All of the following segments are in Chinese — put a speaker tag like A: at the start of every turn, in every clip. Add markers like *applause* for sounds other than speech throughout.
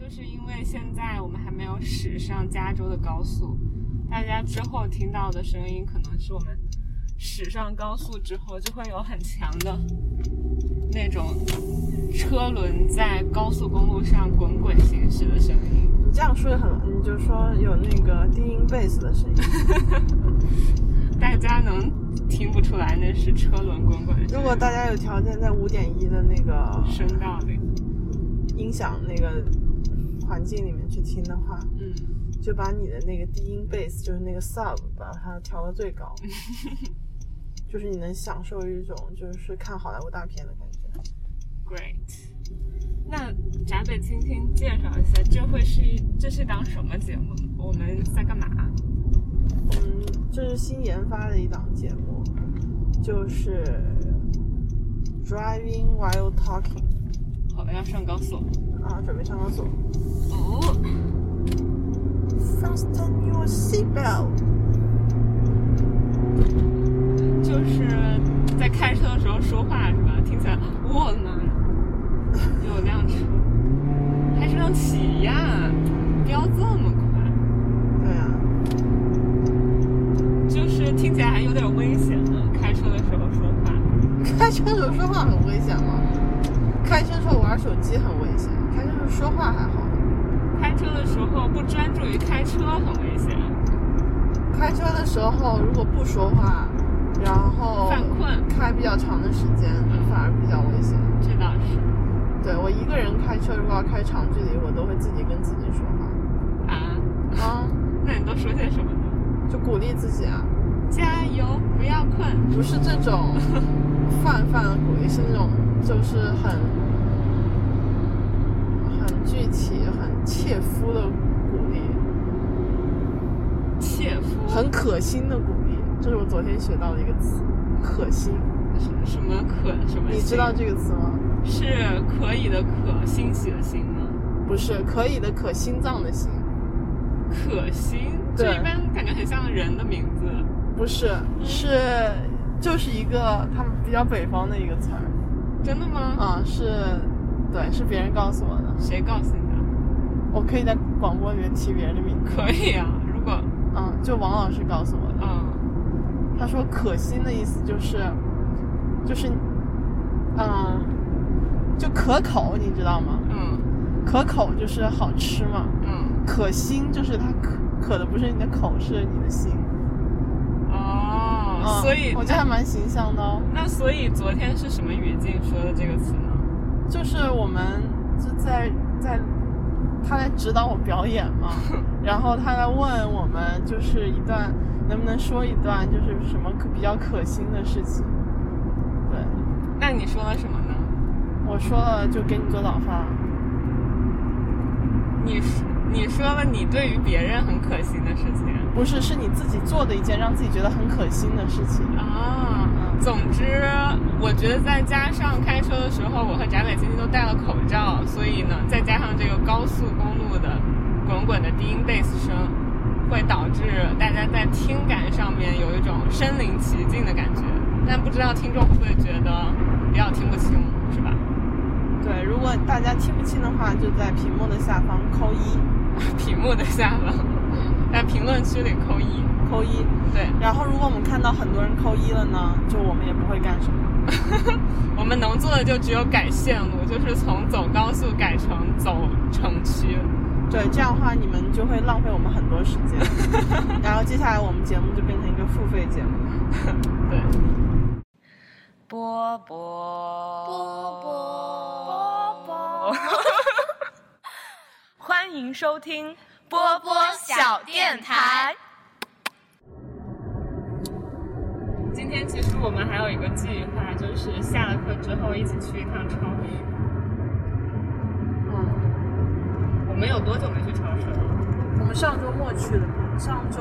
A: 就是因为现在我们还没有驶上加州的高速，大家之后听到的声音可能是我们驶上高速之后就会有很强的那种车轮在高速公路上滚滚行驶的声音。
B: 你这样说也很，你就说有那个低音贝斯的声音。
A: 大家能听不出来那是车轮滚滚的
B: 如果大家有条件，在五点一的那个
A: 声道里，
B: 音响那个环境里面去听的话，
A: 嗯，
B: 就把你的那个低音贝斯，就是那个 sub，把它调到最高，就是你能享受一种就是看好莱坞大片的感觉。
A: Great。那闸北青青介绍一下，这会是一这是档什么节目？我们在干嘛？
B: 嗯，这是新研发的一档节目，就是 Driving While Talking
A: 好了，要上高速。
B: 啊，准备上高速。
A: 哦，
B: Fasten your seatbelt。
A: 就是在开车的时候说话是吧？听起来，我的妈呀，有辆车，还是辆起亚，飙这么快，
B: 对啊， *laughs*
A: 就是听起来还有点危险呢。开车的时候说话，
B: 开车时候说话很危险吗？开车时候玩手机很危险，开车时候说话还好。
A: 开车的时候不专注于开车很危险，
B: 开车的时候如果不说话，然后
A: 犯困
B: 开比较长的时间，反而比较危险。
A: 这倒是。
B: 对我一个人开车，如果要开长距离，我都会自己跟自己说
A: 啊，
B: 话。啊、
A: 那你都说些什么呢？
B: *laughs* 就鼓励自己啊，
A: 加油，不要困。
B: 不是这
A: *laughs*
B: 种泛泛的鼓励，是那种就是很很具体、很切肤的鼓励，
A: 切肤
B: 很可心的鼓励。这是我昨天学到的一个词，可心。
A: 什么什么可什么？
B: 你知道这个词吗？
A: 是可以的可，欣喜的欣吗？
B: 不是，可以的可，心脏的心，
A: 可心，
B: 对
A: 这一般感觉很像人的名字。
B: 不是，是就是一个他们比较北方的一个词儿。
A: 真的吗？
B: 啊，是，对，是别人告诉我的。
A: 谁告诉你的？
B: 我可以在广播里面提别人的名字。
A: 可以啊，如果
B: 嗯，就王老师告诉我的。
A: 嗯
B: 他说“可心”的意思就是，就是，嗯，就可口，你知道吗？
A: 嗯
B: 可口就是好吃嘛。
A: 嗯
B: 可心就是它可可的不是你的口，是你的心。
A: 哦，
B: 嗯，
A: 所以
B: 我觉得还蛮形象的哦。
A: 那所以昨天是什么语境说的这个词呢？
B: 就是我们就在在他来指导我表演 *laughs* 嘛，然后他来问我们就是一段能不能说一段就是什么可比较可心的事情。对，
A: 那你说了什么呢？
B: 我说了就给你做早饭，
A: 你说你说了你对于别人很可心的事情。
B: 不是是你自己做的一件让自己觉得很可心的事情。
A: 啊，总之，我觉得再加上开车的时候，我和展美今天都戴了口罩，所以呢，再加上这个高速公路的滚滚的低音贝斯声，会导致大家在听感上面有一种身临其境的感觉。但不知道听众会不会觉得比较听不清，是吧？ *laughs*
B: 对，如果大家听不清的话，就在屏幕的下方扣一
A: 屏幕的下方，在评论区里扣一。
B: 扣一。
A: 对，
B: 然后如果我们看到很多人扣一了呢，就我们也不会干什么。
A: 我们能做的就只有改线路，就是从走高速改成走城区。
B: 对，这样的话你们就会浪费我们很多时 *laughs* 间。然后接下来我们节目就变成一个付费节目。
A: 对。
C: 波波
D: 波
C: 波
D: 波 *laughs*
C: 波， *laughs* 欢迎收听
D: 波波小电台。
A: 今天其实我们还有一个计划，就是下了课之后一起去一趟超市。
B: 嗯，
A: 我们有多久没去超市了？
B: 我们上周末去的，上周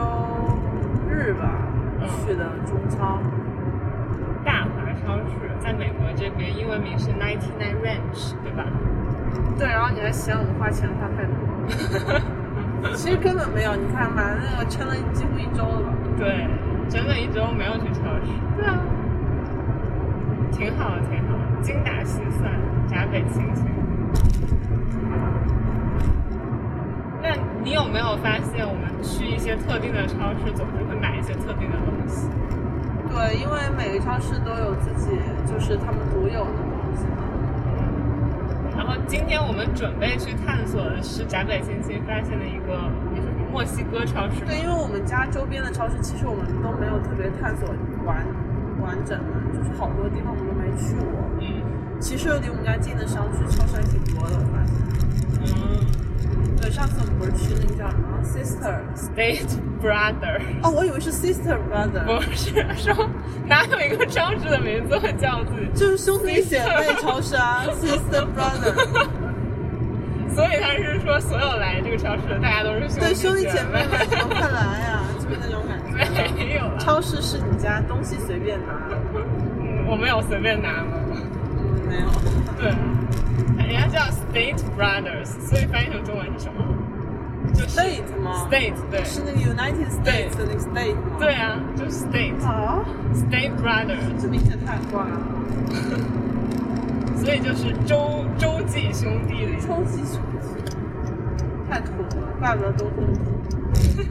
B: 日吧去的中超。
A: 大华超市在美国这边英文名是 Ninety Nine Ranch，对吧？
B: 对，然后你还嫌我们花钱花太 *laughs* 多。其实根本没有，你看买那个撑了几乎一周了吧。
A: 对，整整一周没有去超市。对啊，挺好的，挺好的，精打细算，闸北青青。没有发现我们去一些特定的超市，总是会买一些特定的东西？
B: 对，因为每个超市都有自己就是他们独有的东西嘛。
A: 然后今天我们准备去探索的是闸北近期发现的一个墨西哥超市，
B: 对，因为我们家周边的超市，其实我们都没有特别探索完完整的，就是好多地方我们都没去过。
A: 嗯
B: 其实离我们家近的商区超市还挺多的，我发现。
A: 嗯
B: 对，上次我们不是去那个叫什么 Sister？
A: ，State Brother
B: 哦，我以为是 Sister Brother，
A: 不是说哪有一个超市的名字会叫自己， *laughs*
B: 就是兄弟姐妹超市啊，Sister Brother。
A: 所以他是说所有来这个超市的大家都是兄
B: 对，
A: 弟
B: 兄弟姐
A: 姐
B: 妹们，你们快来啊，就是那种感觉。
A: 没有了，
B: 超市是你家东西随便拿，
A: 嗯我没有随便拿嘛。
B: 嗯，没有。
A: 对，人家叫 State Brothers，所以翻译成中文是什么？就是
B: State 吗
A: State 对
B: 是那个 United States 的那个 State 吗？
A: 对。啊，就是 State
B: 啊，
A: State Brothers，
B: 这名字太怪了。
A: 所以就是周周记兄弟的意思。
B: 冲击冲击，太土了，怪不得都是土。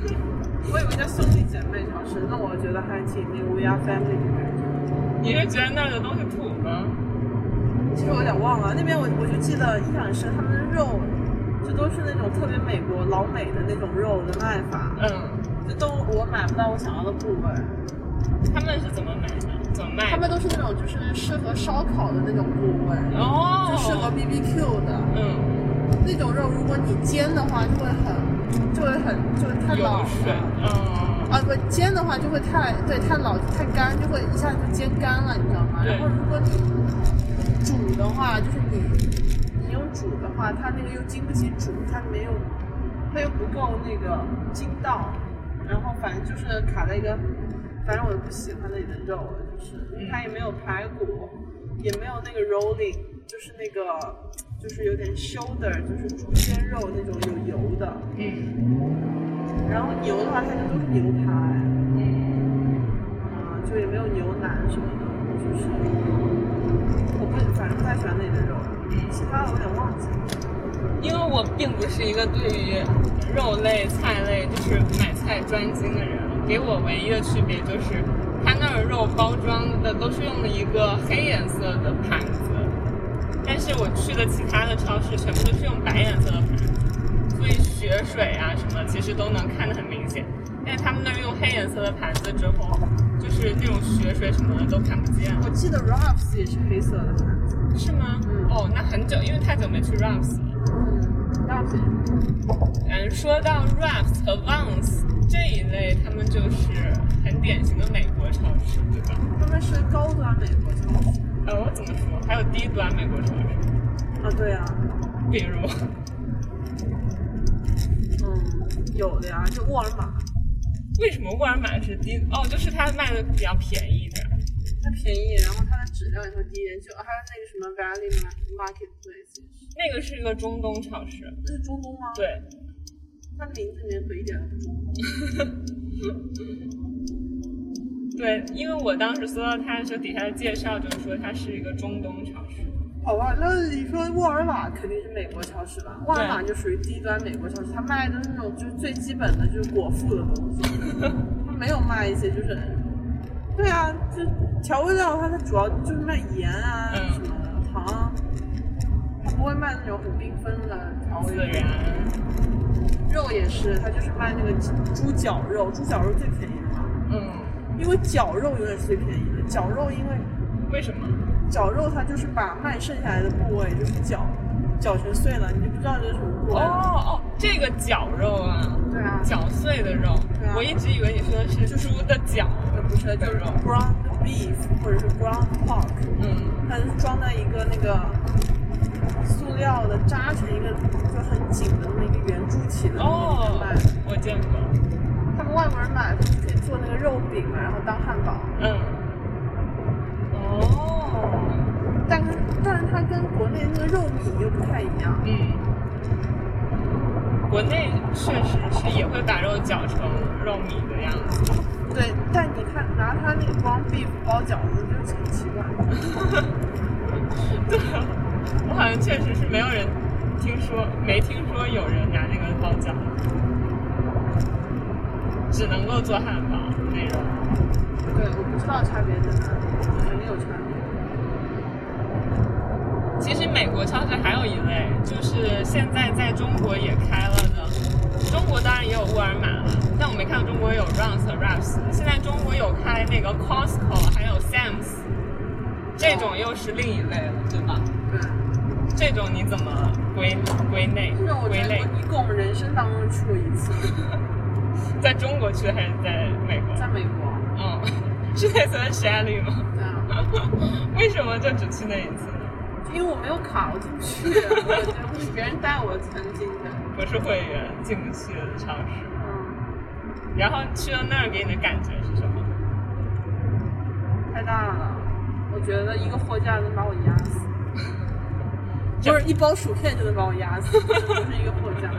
B: 我以为叫兄弟姐妹超市，那我觉得还挺那个 We Are Family 的感觉。
A: 你是觉得那儿的东西土吗？
B: 其实我有点忘了，那边我我就记得印象很深，他们的肉就都是那种特别美国老美的那种肉的卖法，
A: 嗯，
B: 就都我买不到我想要的部位。
A: 他们是怎么买的？怎么卖的？
B: 他们都是那种就是适合烧烤的那种部位，
A: 哦，
B: 就适合 BBQ 的
A: 嗯
B: 那种肉，如果你煎的话就会很就会很就会太
A: 油
B: 老了。
A: 水，嗯
B: 啊，不煎的话就会太对太老太干，就会一下子就煎干了，你知道吗？
A: 对
B: 然后如果你煮的话，就是你你用煮的话，它那个又经不起煮，它没有它又不够那个筋道，然后反正就是卡在一个，反正我不喜欢那里的肉，
A: 嗯
B: 就是它也没有排骨，也没有那个 rolling，就是那个就是有点 shoulder，就是猪肩肉那种有油的，
A: 嗯
B: 然后牛的话它就都是牛排。
A: 嗯，
B: 啊，就也没有牛腩什么的，就是我不反正不太喜欢那里的肉，其他的我有点忘记了。
A: 因为我并不是一个对于肉类、菜类就是买菜专精的人，给我唯一的区别就是，它那儿肉包装的都是用了一个黑颜色的盘子，但是我去的其他的超市全部都是用白颜色的盘子，所以血水啊什么其实都能看得很明显。但是他们那儿用黑颜色的盘子之后，就是那种血水什么的都看不见了
B: 我，记得 Ralphs 也是黑色的盘子，
A: 是吗？哦，那很久，因为太久没去 Rams 了。
B: 嗯，Ralphs 也是
A: 嗯，说到 Raps 和 Vans 这一类，他们就是很典型的美国超市，对吧？
B: 他们是高端美国超市。
A: 呃，我怎么说？还有低端美国超市，
B: 啊，对啊，
A: 比如， *laughs*
B: 嗯，有的呀，就沃尔玛，
A: 为什么沃尔玛是低？哦，就是它卖的比较便宜一点。
B: 它便宜，然后它的质量也会低一点，就还有那个什么 Valley Marketplace 也是，
A: 那个是一个中东超市，
B: 那是中东吗？，
A: 对， *laughs*
B: 它名字里面可一点都不中东。
A: 对，因为我当时搜到它的时候，底下的介绍就是说它是一个中东超市。 *laughs*
B: 好吧，那你说沃尔玛肯定是美国超市吧？沃尔玛就属于低端美国超市，它卖的都是那种就是最基本的就是果腹的东西，它没有卖一些就是，对啊，就调味料的话，它主要就是卖盐啊、
A: 嗯
B: 什么的糖啊，它不会卖那种很缤纷的啊调味
A: 孜
B: 料。
A: 然，
B: 肉也是，它就是卖那个猪脚肉，猪脚肉最便宜的嘛，
A: 嗯，
B: 因为绞肉永远是最便宜的，绞肉因为
A: 为什么？
B: 绞肉它就是把卖剩下来的部位就是绞，绞成碎了，你就不知道这是什么部
A: 哦
B: 位。
A: 哦，这个绞肉啊，
B: 对啊，
A: 绞碎的肉，
B: 对啊
A: 我一直以为你说的是猪的脚，
B: 不是就是 ground beef 或者是 ground pork，
A: 嗯
B: 它就是装在一个那个塑料的扎成一个就很紧的那么一个圆柱体的那
A: 哦
B: 种卖。，
A: 我见过，
B: 他们外国人买就是可以做那个肉饼嘛，然后当汉堡。
A: 嗯，哦，
B: 但跟但是它跟国内那个肉米又不太一样。
A: 嗯，国内确实是也会把肉绞成肉米的样子， *laughs*
B: 对，但你看拿它那个 ground beef 包饺子就很奇怪。
A: 对，啊我好像确实是没有人听说，没听说有人拿那个包饺子，只能够做汉堡那种。
B: 对，我不知道差别在哪里，肯定有差别。
A: 其实美国超市还有一类，就是现在在中国也开了的。中国当然也有沃尔玛了，但我没看到中国有 Runs 和 Raps。现在中国有开那个 Costco，还有 Sam's，这种又是另一类了，对吧？
B: 对，
A: 这种你怎么归归类
B: 这种我觉
A: 归
B: 得
A: 类？
B: 我一共人生当中去过一次，
A: *laughs* 在中国去的还是在美国？
B: 在美国。
A: 嗯，是在 Shelly 吗？ *laughs*
B: 对啊。
A: 为什么就只去那一次呢？
B: 因为我没有卡，我进不去，我觉得是别人带我才能进的。
A: 不是会员进不去的超市。
B: 嗯，
A: 然后去了那儿给你的感觉是什么？ *laughs*
B: 太大了，我觉得一个货架能把我压 *laughs* 死，
A: 这
B: 就是一包薯片就能把我压死，就是一个货架，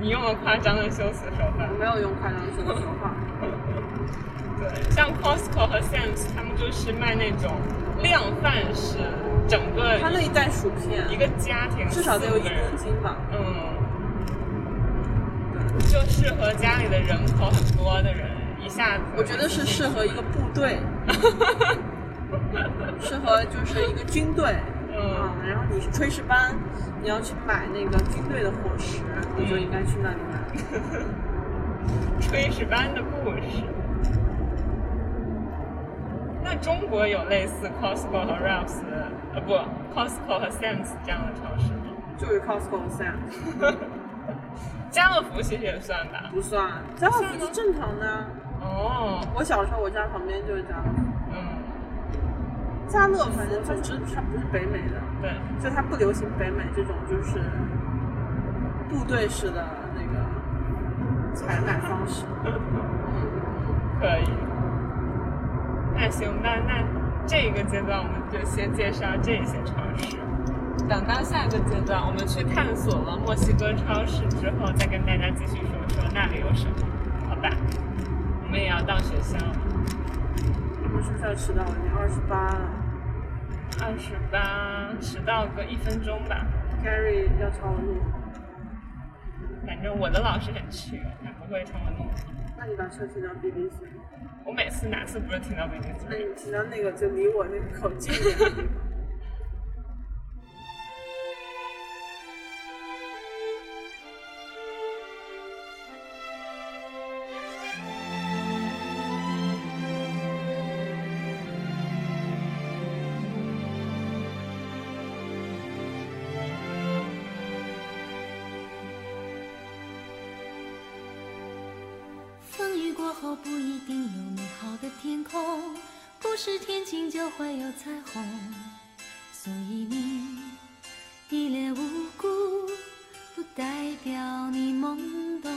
A: 你用了夸张的修辞手法
B: 我。没有用夸张说说话。
A: 对，像 Costco 和 Sam's，他们就是卖那种量贩式，整个
B: 他那一袋薯片
A: 一个家庭
B: 至少得有
A: 四
B: 一
A: 个人
B: 公斤吧？
A: 嗯，就适合家里的人口很多的人，一下子
B: 我觉得是适合一个部 *laughs* 队，适合就是一个军队。
A: 嗯
B: 啊，然后你是炊事班，你要去买那个军队的伙食，你就应该去那里买。
A: 炊事班的故事。那中国有类似 Costco 和 Ralphs，的呃不，Costco 和 Sam's 这样的超市吗？
B: 就是 Costco Sam
A: *laughs* 家乐福其实也算吧。
B: 不算，家乐福是正常的。啊
A: 哦，
B: 我小时候我家旁边就是家乐福，
A: 嗯，
B: 家乐福它只它不是北美的，
A: 对，
B: 所以它不流行北美这种就是部队式的那个采买方式。
A: 可以。那行，那那这个阶段我们就先介绍这些超市。等到下个阶段，我们去探索了墨西哥超市之后，再跟大家继续说说那里有什么，好吧？我们也要到学校了。
B: 我们是不是要迟到了？已经二十八了
A: 二十八，迟到个一分钟吧。
B: ，Gary 要超录，
A: 反正我的老师很屈，他不会超你。
B: 那你把车停到 BBC，
A: 我每次哪次不是听到北京词
B: 那？你停到那个就离我那个口近一点。
E: 风雨过后不一定有美好的天空，不是天晴就会有彩虹。所以你一脸无辜，不代表你懵懂。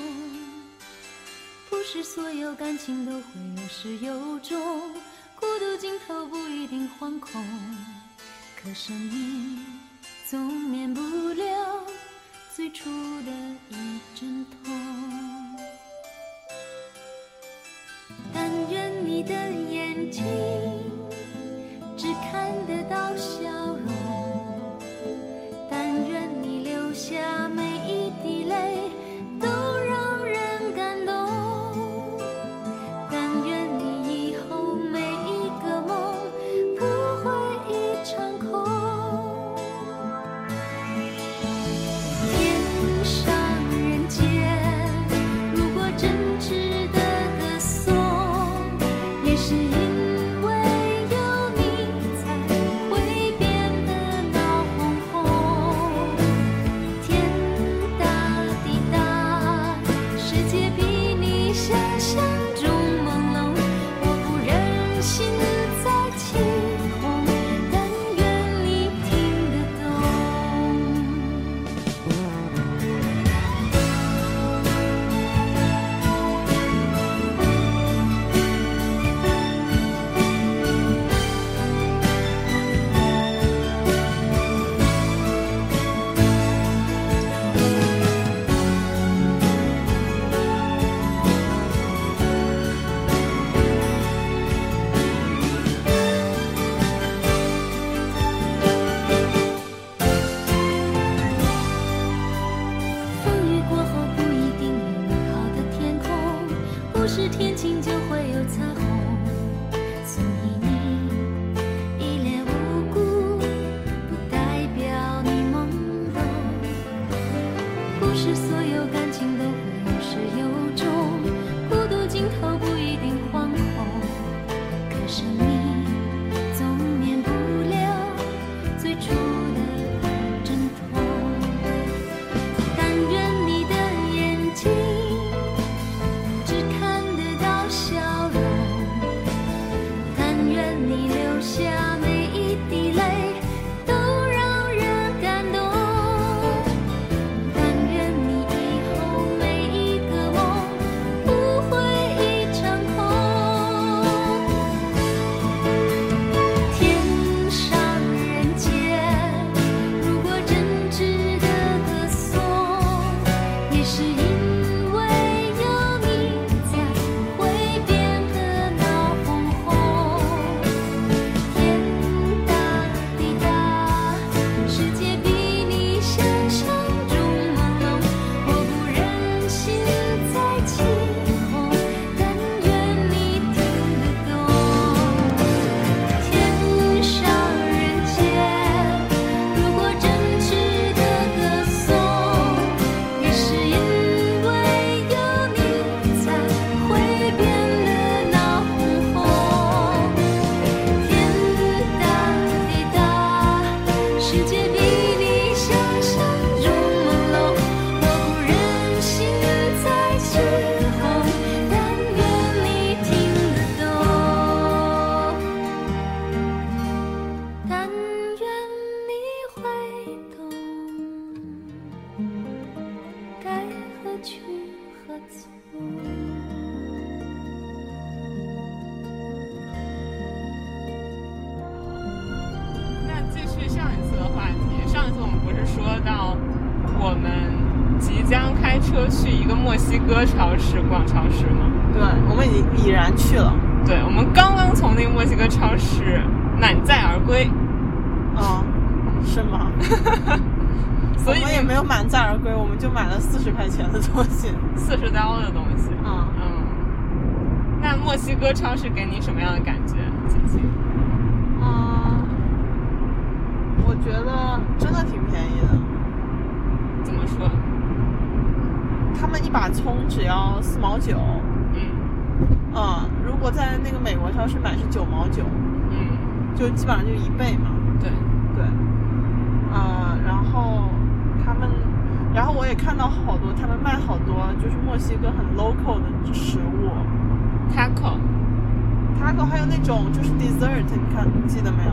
E: 不是所有感情都会有始有终，孤独尽头不一定惶恐。可生命总免不了最初的一阵痛。但愿你的眼睛只看得到笑容，但愿你流下每一滴泪都让人感动，但愿你以后每一个梦不会一场空。天上人间，如果真值得歌颂，也是因为有你才会变得闹哄哄。天大地大，世界比你想象中朦胧，我不忍心再起哄，但愿你听得懂。是所有感情都会有始有终，孤独尽头不一定惶恐，可生命总免不了最初的阵痛。但愿你的眼睛只看得到笑容。但愿你流下每一滴泪，都让人感动。但愿你以后每一个梦不会一场空。天上人间，如果真值得歌颂，也是因为有你才会变得闹哄哄。天大地大，世界比你想象中朦胧。我不忍心再起哄，但愿你听得懂。天上人间，如果真值得歌颂，也是因为有你才会变得闹哄哄。天大地大，世界比你想象中朦胧，我不忍心再起哄，但愿你听得懂。但愿你会懂，该何去何从。
A: 那继续上一次的话题，上一次我们不是说到我们即将开车去一个墨西哥超市逛超市吗？
B: 对，我们已经已然去了。
A: 对，我们刚刚从那个墨西哥超市满载而
B: *laughs*
A: 归，
B: 啊、是吗？
A: 所以
B: 我们也没有满载而归，我们就买了四十块钱的东西。
A: 四十刀的东西。
B: 啊、
A: 嗯，那墨西哥超市给你什么样的感觉？姐姐，嗯
B: 啊、我觉得真的挺便宜的。
A: 怎么说？
B: 他们一把葱只要四毛九，
A: 嗯
B: 嗯，如果在那个美国超市买是九毛九，
A: 嗯，
B: 就基本上就一倍嘛。
A: 对，
B: 对，啊、然后他们，然后我也看到好多他们卖好多就是墨西哥很 local 的食物
A: taco，
B: ，taco 还有那种就是 dessert，你看你记得没有？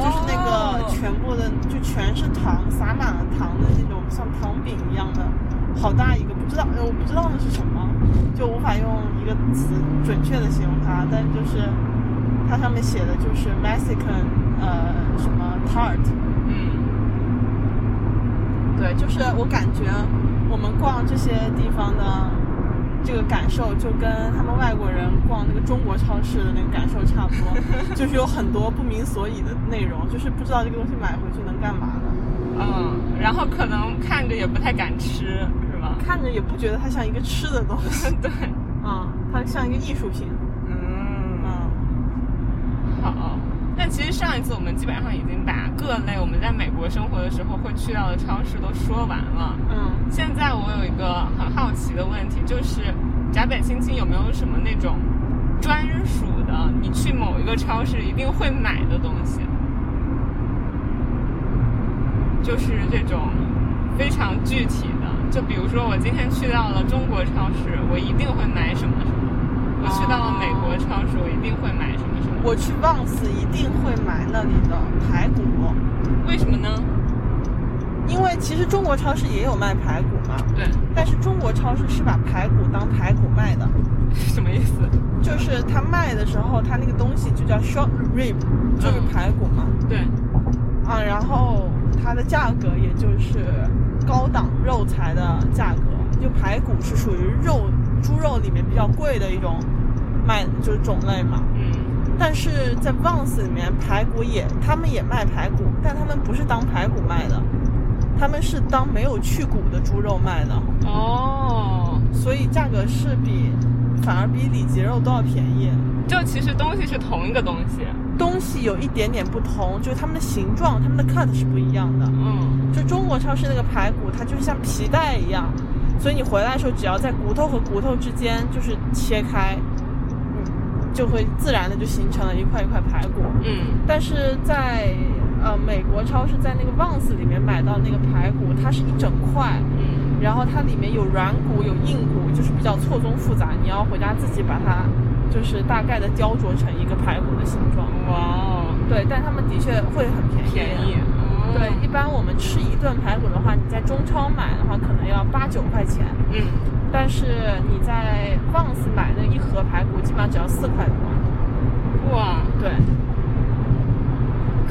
B: 就是那个全部的就全是糖，撒满了糖的那种像糖饼一样的，好大一个，不知道呃我不知道那是什么，就无法用一个词准确的形容它，但就是它上面写的就是 Mexican 呃什么 tart。
A: 嗯
B: 对，就是我感觉我们逛这些地方的这个感受，就跟他们外国人逛那个中国超市的那个感受差不多， *laughs* 就是有很多不明所以的内容，就是不知道这个东西买回去能干嘛的，
A: 嗯，然后可能看着也不太敢吃，是吧？ *laughs*
B: 看着也不觉得它像一个吃的东西
A: 对，
B: *laughs* 啊、它像一个艺术品。
A: 嗯
B: 嗯，
A: 好，那其实上一次我们基本上已经把各类我们在美国生活的时候会去到的超市都说完了。
B: 嗯，
A: 现在我有一个很好奇的问题，就是闸北青青有没有什么那种专属的，你去某一个超市一定会买的东西？就是这种非常具体的，就比如说我今天去到了中国超市，我一定会买什么什么；我去到了美国超市，我一定会买什么什么。
B: 我去旺斯一定会买那里的排骨，哦
A: 为什么呢？
B: 因为其实中国超市也有卖排骨嘛，
A: 对，
B: 但是中国超市是把排骨当排骨卖的。
A: 什么意思？
B: 就是他卖的时候，他那个东西就叫 short rib，就是排骨嘛。
A: 对，
B: 啊，然后它的价格也就是高档肉材的价格，就排骨是属于肉猪肉里面比较贵的一种卖就是种类嘛。
A: 嗯，
B: 但是在 Vans 里面，排骨也他们也卖排骨，但他们不是当排骨卖的，他们是当没有去骨的猪肉卖的，
A: 哦，
B: 所以价格是比反而比里脊肉都要便宜。
A: 就其实东西是同一个东西。
B: 东西有一点点不同，就是它们的形状、它们的 cut 是不一样的。
A: 嗯，
B: 就中国超市那个排骨，它就是像皮带一样，所以你回来的时候，只要在骨头和骨头之间就是切开，嗯，就会自然的就形成了一块一块排骨。
A: 嗯，
B: 但是在呃美国超市，在那个 Vons 里面买到那个排骨，它是一整块，
A: 嗯，
B: 然后它里面有软骨有硬骨，就是比较错综复杂，你要回家自己把它就是大概的雕琢成一个排骨的形状。
A: 哇哦，
B: 对，但他们的确会很便宜。
A: 便宜，哦
B: 对，一，般我们吃一顿排骨的话，你在中超买的话可能要八九块钱，
A: 嗯，
B: 但是你在 Vans 买那一盒排骨，基本上只要四块多。
A: 哇，
B: 对，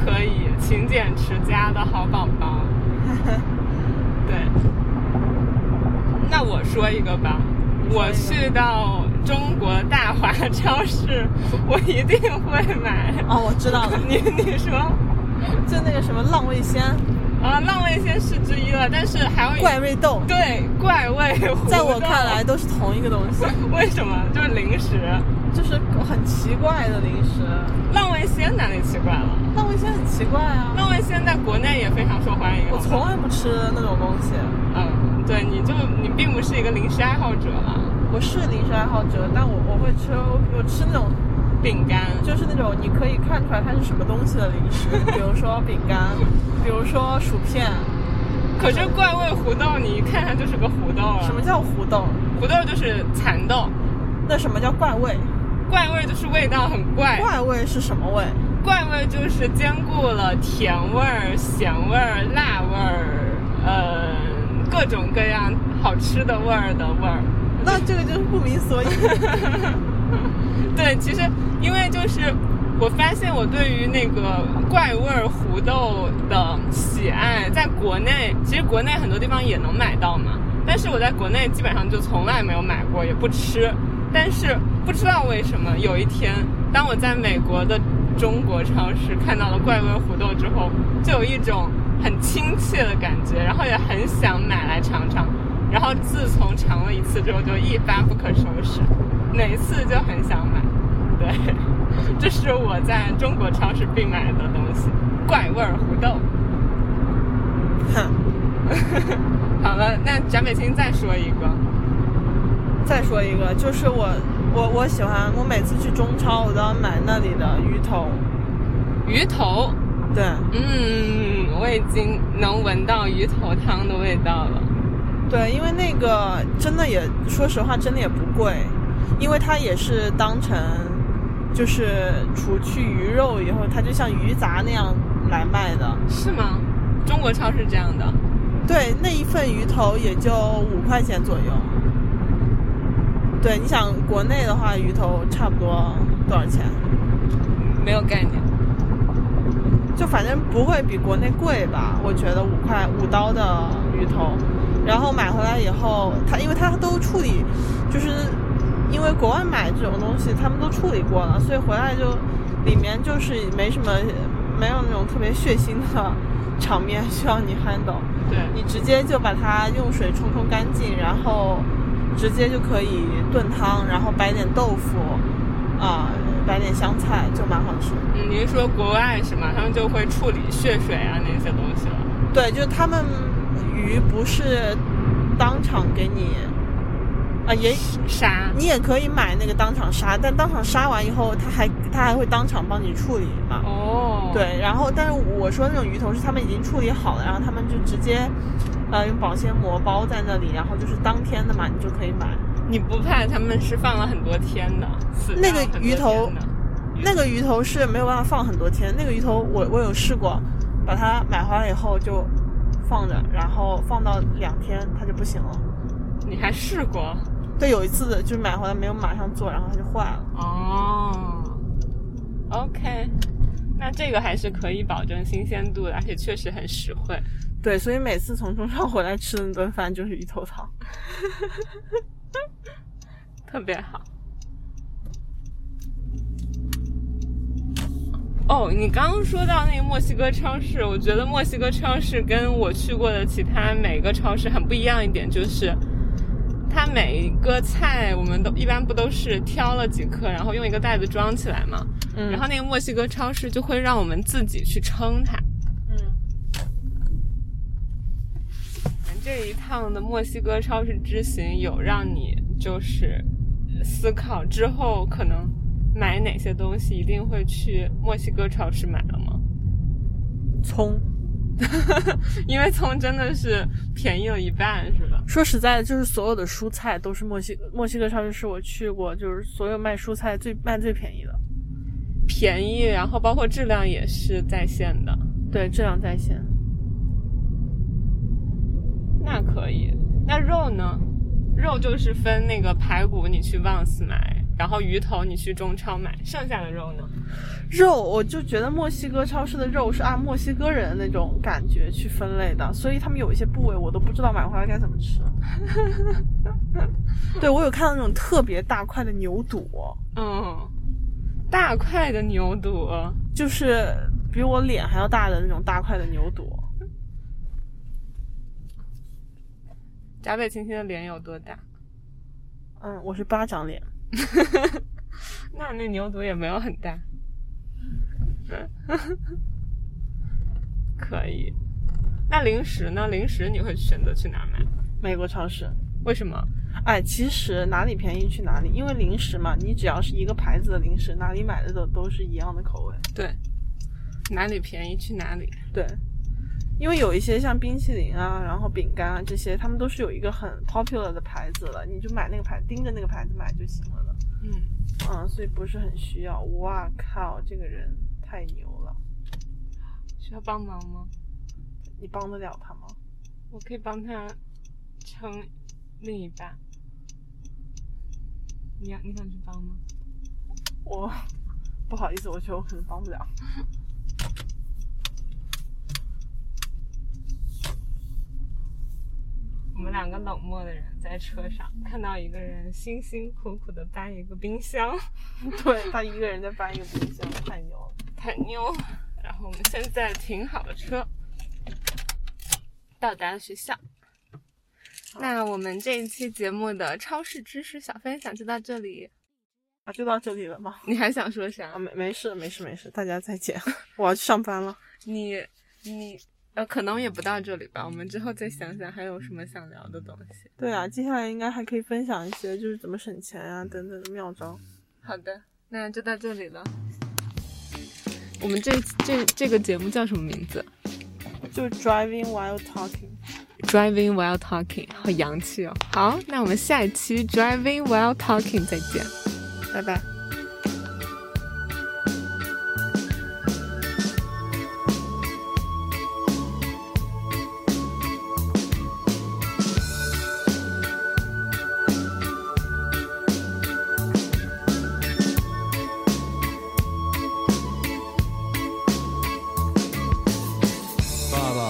A: 可以，勤俭持家的好宝宝。对，那我说一个吧。
B: 说
A: 我
B: 一个
A: 去到中国大华超市，我一定会买。
B: 哦，我知 *laughs* 道了，
A: 你你说
B: 就那个什么浪味 *laughs* 仙、
A: 啊，浪味仙是之一了，但是还有一
B: 怪味豆，
A: 对怪味胡
B: 在我
A: 豆
B: 看来，都是同一个东西，
A: 为什么就是零食？
B: *laughs* 就是很奇怪的零食。
A: 浪味仙哪里奇怪了？
B: 浪味仙很奇怪啊，
A: 浪味仙在国内也非常受欢迎。
B: 我从来不吃那种东西。
A: 嗯，对，你就你并不是一个零食爱好者了。
B: 我是零食爱好者，但我我会吃，我吃那种
A: 饼干
B: 就是那种你可以看出来它是什么东西的零食，比如说饼干，比如说薯片。
A: 可是怪味胡豆，你一看它就是个胡豆了。
B: 什么叫胡豆？
A: 胡豆就是蚕豆，
B: 那什么叫怪味？
A: 怪味就是味道很怪，
B: 怪味是什么味？
A: 怪味就是兼顾了甜味儿、咸味儿、辣味儿，呃，各种各样好吃的味儿的味儿。
B: 那这个就是不明所以。
A: 对，其实因为就是我发现我对于那个怪味儿胡豆的喜爱，在国内其实国内很多地方也能买到嘛，但是我在国内基本上就从来没有买过，也不吃。但是不知道为什么，有一天当我在美国的中国超市看到了怪味儿胡豆之后，就有一种很亲切的感觉，然后也很想买来尝尝。然后自从尝了一次之后，就一发不可收拾。每一次就很想买。对， *laughs* 这是我在中国超市必买的东西——怪味儿胡豆。 *laughs*
B: 哼，
A: 好了，那展北青再说一个。
B: 再说一个，就是我我我喜欢，我每次去中超，我都要买那里的鱼头。
A: 鱼头，
B: 对，
A: 嗯，我已经能闻到鱼头汤的味道了。
B: 对，因为那个真的也，说实话，真的也不贵，因为它也是当成，就是除去鱼肉以后，它就像鱼杂那样来卖的。
A: 是吗？中国超市这样的？
B: 对，那一份鱼头也就五块钱左右。对，你想国内的话，鱼头差不多多少钱？
A: 没有概念。
B: 就反正不会比国内贵吧？我觉得五块五刀的鱼头，然后买回来以后，它因为它都处理，就是因为国外买这种东西，他们都处理过了，所以回来就里面就是没什么，没有那种特别血腥的场面需要你 handle。
A: 对，
B: 你直接就把它用水冲冲干净，然后直接就可以炖汤，然后摆点豆腐，啊、摆点香菜，就蛮好吃。
A: 嗯你是说国外是吗？他们就会处理血水啊那些东西了。
B: 对，就是他们鱼不是当场给你，啊、也
A: 杀？
B: 你也可以买那个当场杀，但当场杀完以后，他还他还会当场帮你处理嘛。
A: 哦，，
B: 对，然后但是我说那种鱼头是他们已经处理好了，然后他们就直接，呃，用保鲜膜包在那里，然后就是当天的嘛，你就可以买。
A: 你不怕他们是放了很多天的？死掉
B: 那个
A: 很多
B: 鱼头
A: 天的
B: 那个鱼头是没有办法放很多天，那个鱼头我我有试过，把它买回来以后就放着，然后放到两天它就不行了。
A: 你还试过？
B: 对，有一次就是买回来没有马上做，然后它就坏了。
A: 哦，OK，那这个还是可以保证新鲜度的，而且确实很实惠。
B: 对，所以每次从中超回来吃的那顿饭就是鱼头汤。
A: 特别好。哦，你刚刚说到那个墨西哥超市，我觉得墨西哥超市跟我去过的其他每个超市很不一样一点，就是它每一个菜我们都一般不都是挑了几颗，然后用一个袋子装起来嘛。
B: 嗯
A: 然后那个墨西哥超市就会让我们自己去称它。
B: 嗯，
A: 咱这一趟的墨西哥超市之行，有让你就是思考之后可能买哪些东西一定会去墨西哥超市买了吗？
B: 葱。
A: 因为葱真的是便宜了一半，是吧？
B: 说实在的，就是所有的蔬菜都是墨西墨西哥超市，是我去过就是所有卖蔬菜最卖最便宜的，
A: 便宜，然后包括质量也是在线的，
B: 对，质量在线。
A: 那可以。那肉呢？肉就是分那个排骨，你去旺斯买，然后鱼头你去中超买，剩下的肉呢？
B: 肉，我就觉得墨西哥超市的肉是按墨西哥人的那种感觉去分类的，所以他们有一些部位我都不知道买回来该怎么吃。 *laughs* 对我有看到那种特别大块的牛肚，哦
A: 嗯，大块的牛肚，
B: 就是比我脸还要大的那种大块的牛肚，
A: 闸北青青的脸有多大？
B: 嗯，我是巴掌脸。
A: 那那牛肚也没有很大， *laughs* 可以。那零食呢？零食你会选择去哪儿买？
B: 美国超市，
A: 为什么？
B: 哎，其实哪里便宜去哪里，因为零食嘛，你只要是一个牌子的零食，哪里买的都都是一样的口味。
A: 对，哪里便宜去哪里。
B: 对，因为有一些像冰淇淋啊，然后饼干啊这些，他们都是有一个很 popular 的牌子了，你就买那个牌，盯着那个牌子买就行了的。
A: 嗯，
B: 嗯，所以不是很需要。哇靠，这个人太牛了，
A: 需要帮忙吗？
B: 你帮得了他吗？
A: 我可以帮他撑另一半。你要你想去帮吗？
B: 我 *laughs* 不好意思，我觉得我可能帮不了。
A: 我们两个冷漠的人在车上看到一个人辛辛苦苦的搬一个冰箱，
B: *laughs* 对他一个人在搬一个冰箱，太牛了。
A: 太牛了！然后我们现在停好了车，到达了学校。那我们这一期节目的超市知识小分享就到这里，
B: 啊，就到这里了吗？
A: 你还想说啥
B: 啊，？没没事没事没事，大家再见， *laughs* 我要去上班了。
A: 你你呃，可能也不到这里吧，我们之后再想想还有什么想聊的东西。
B: 对啊，接下来应该还可以分享一些就是怎么省钱啊等等的妙招。
A: 好的，那就到这里了。我们这这这个节目叫什么名字
B: 就是 driving while talking。
A: ？Driving while talking，好洋气哦。好，那我们下一期 Driving while talking 再见，拜拜。
F: 爸爸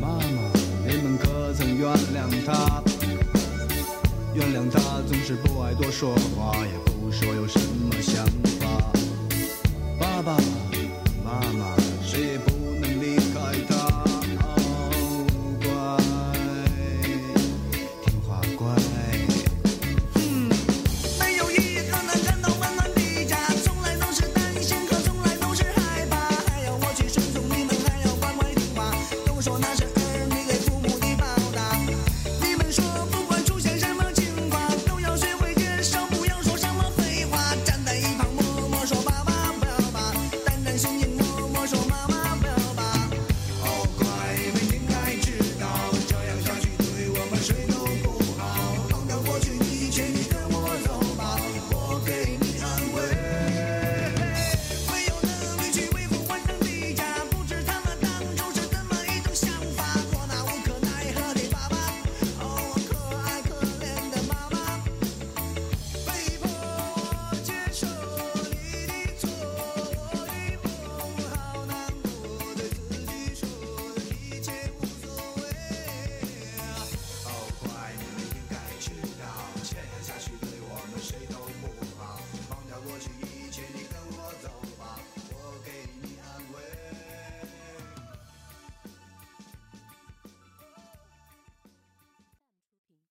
F: 妈妈，你们可曾原谅他？原谅他总是不爱多说话，也不说有什么想法。爸爸妈妈，谁也不能离开他。哦，乖，听话乖。
G: 没有一个能感到温暖的家，从来都是担心，可从来都是害怕。还要我去顺从你们，还要乖乖听话。都说那是儿女给父母的报答。你们说，不管出现什么情况，都要学会接受，不要说什么废话。站在一旁默默说爸爸不要吧，单单心里默默说妈妈不要吧。哦，乖，你们应该知道，这样下去对我们谁？